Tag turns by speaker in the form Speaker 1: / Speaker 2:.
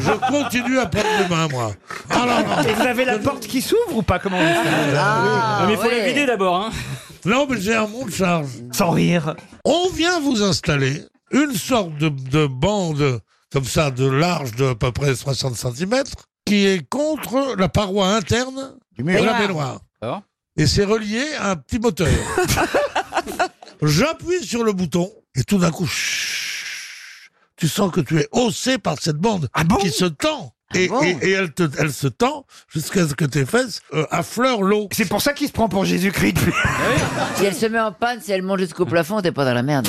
Speaker 1: Je continue après-demain, moi. Ah non, non.
Speaker 2: Et vous avez la porte qui s'ouvre ou pas Comment vous faites
Speaker 3: Ah,
Speaker 4: Mais il faut la vider d'abord. Hein.
Speaker 1: Non, mais j'ai un monde charge.
Speaker 2: Sans rire.
Speaker 1: On vient vous installer une sorte de, de bande comme ça de large de à peu près 60 cm qui est contre la paroi interne de la baignoire.
Speaker 3: Alors
Speaker 1: Et c'est relié à un petit moteur. J'appuie sur le bouton et tout d'un coup, chut, tu sens que tu es haussé par cette bande
Speaker 2: Ah bon Ah
Speaker 1: qui se tend. Et, et- et elle, te- elle se tend jusqu'à ce que tes fesses euh, affleurent l'eau.
Speaker 2: C'est pour ça qu'il se prend pour Jésus-Christ.
Speaker 3: oui.
Speaker 5: Si elle se met en panne, si elle monte jusqu'au plafond, t'es pas dans la merde.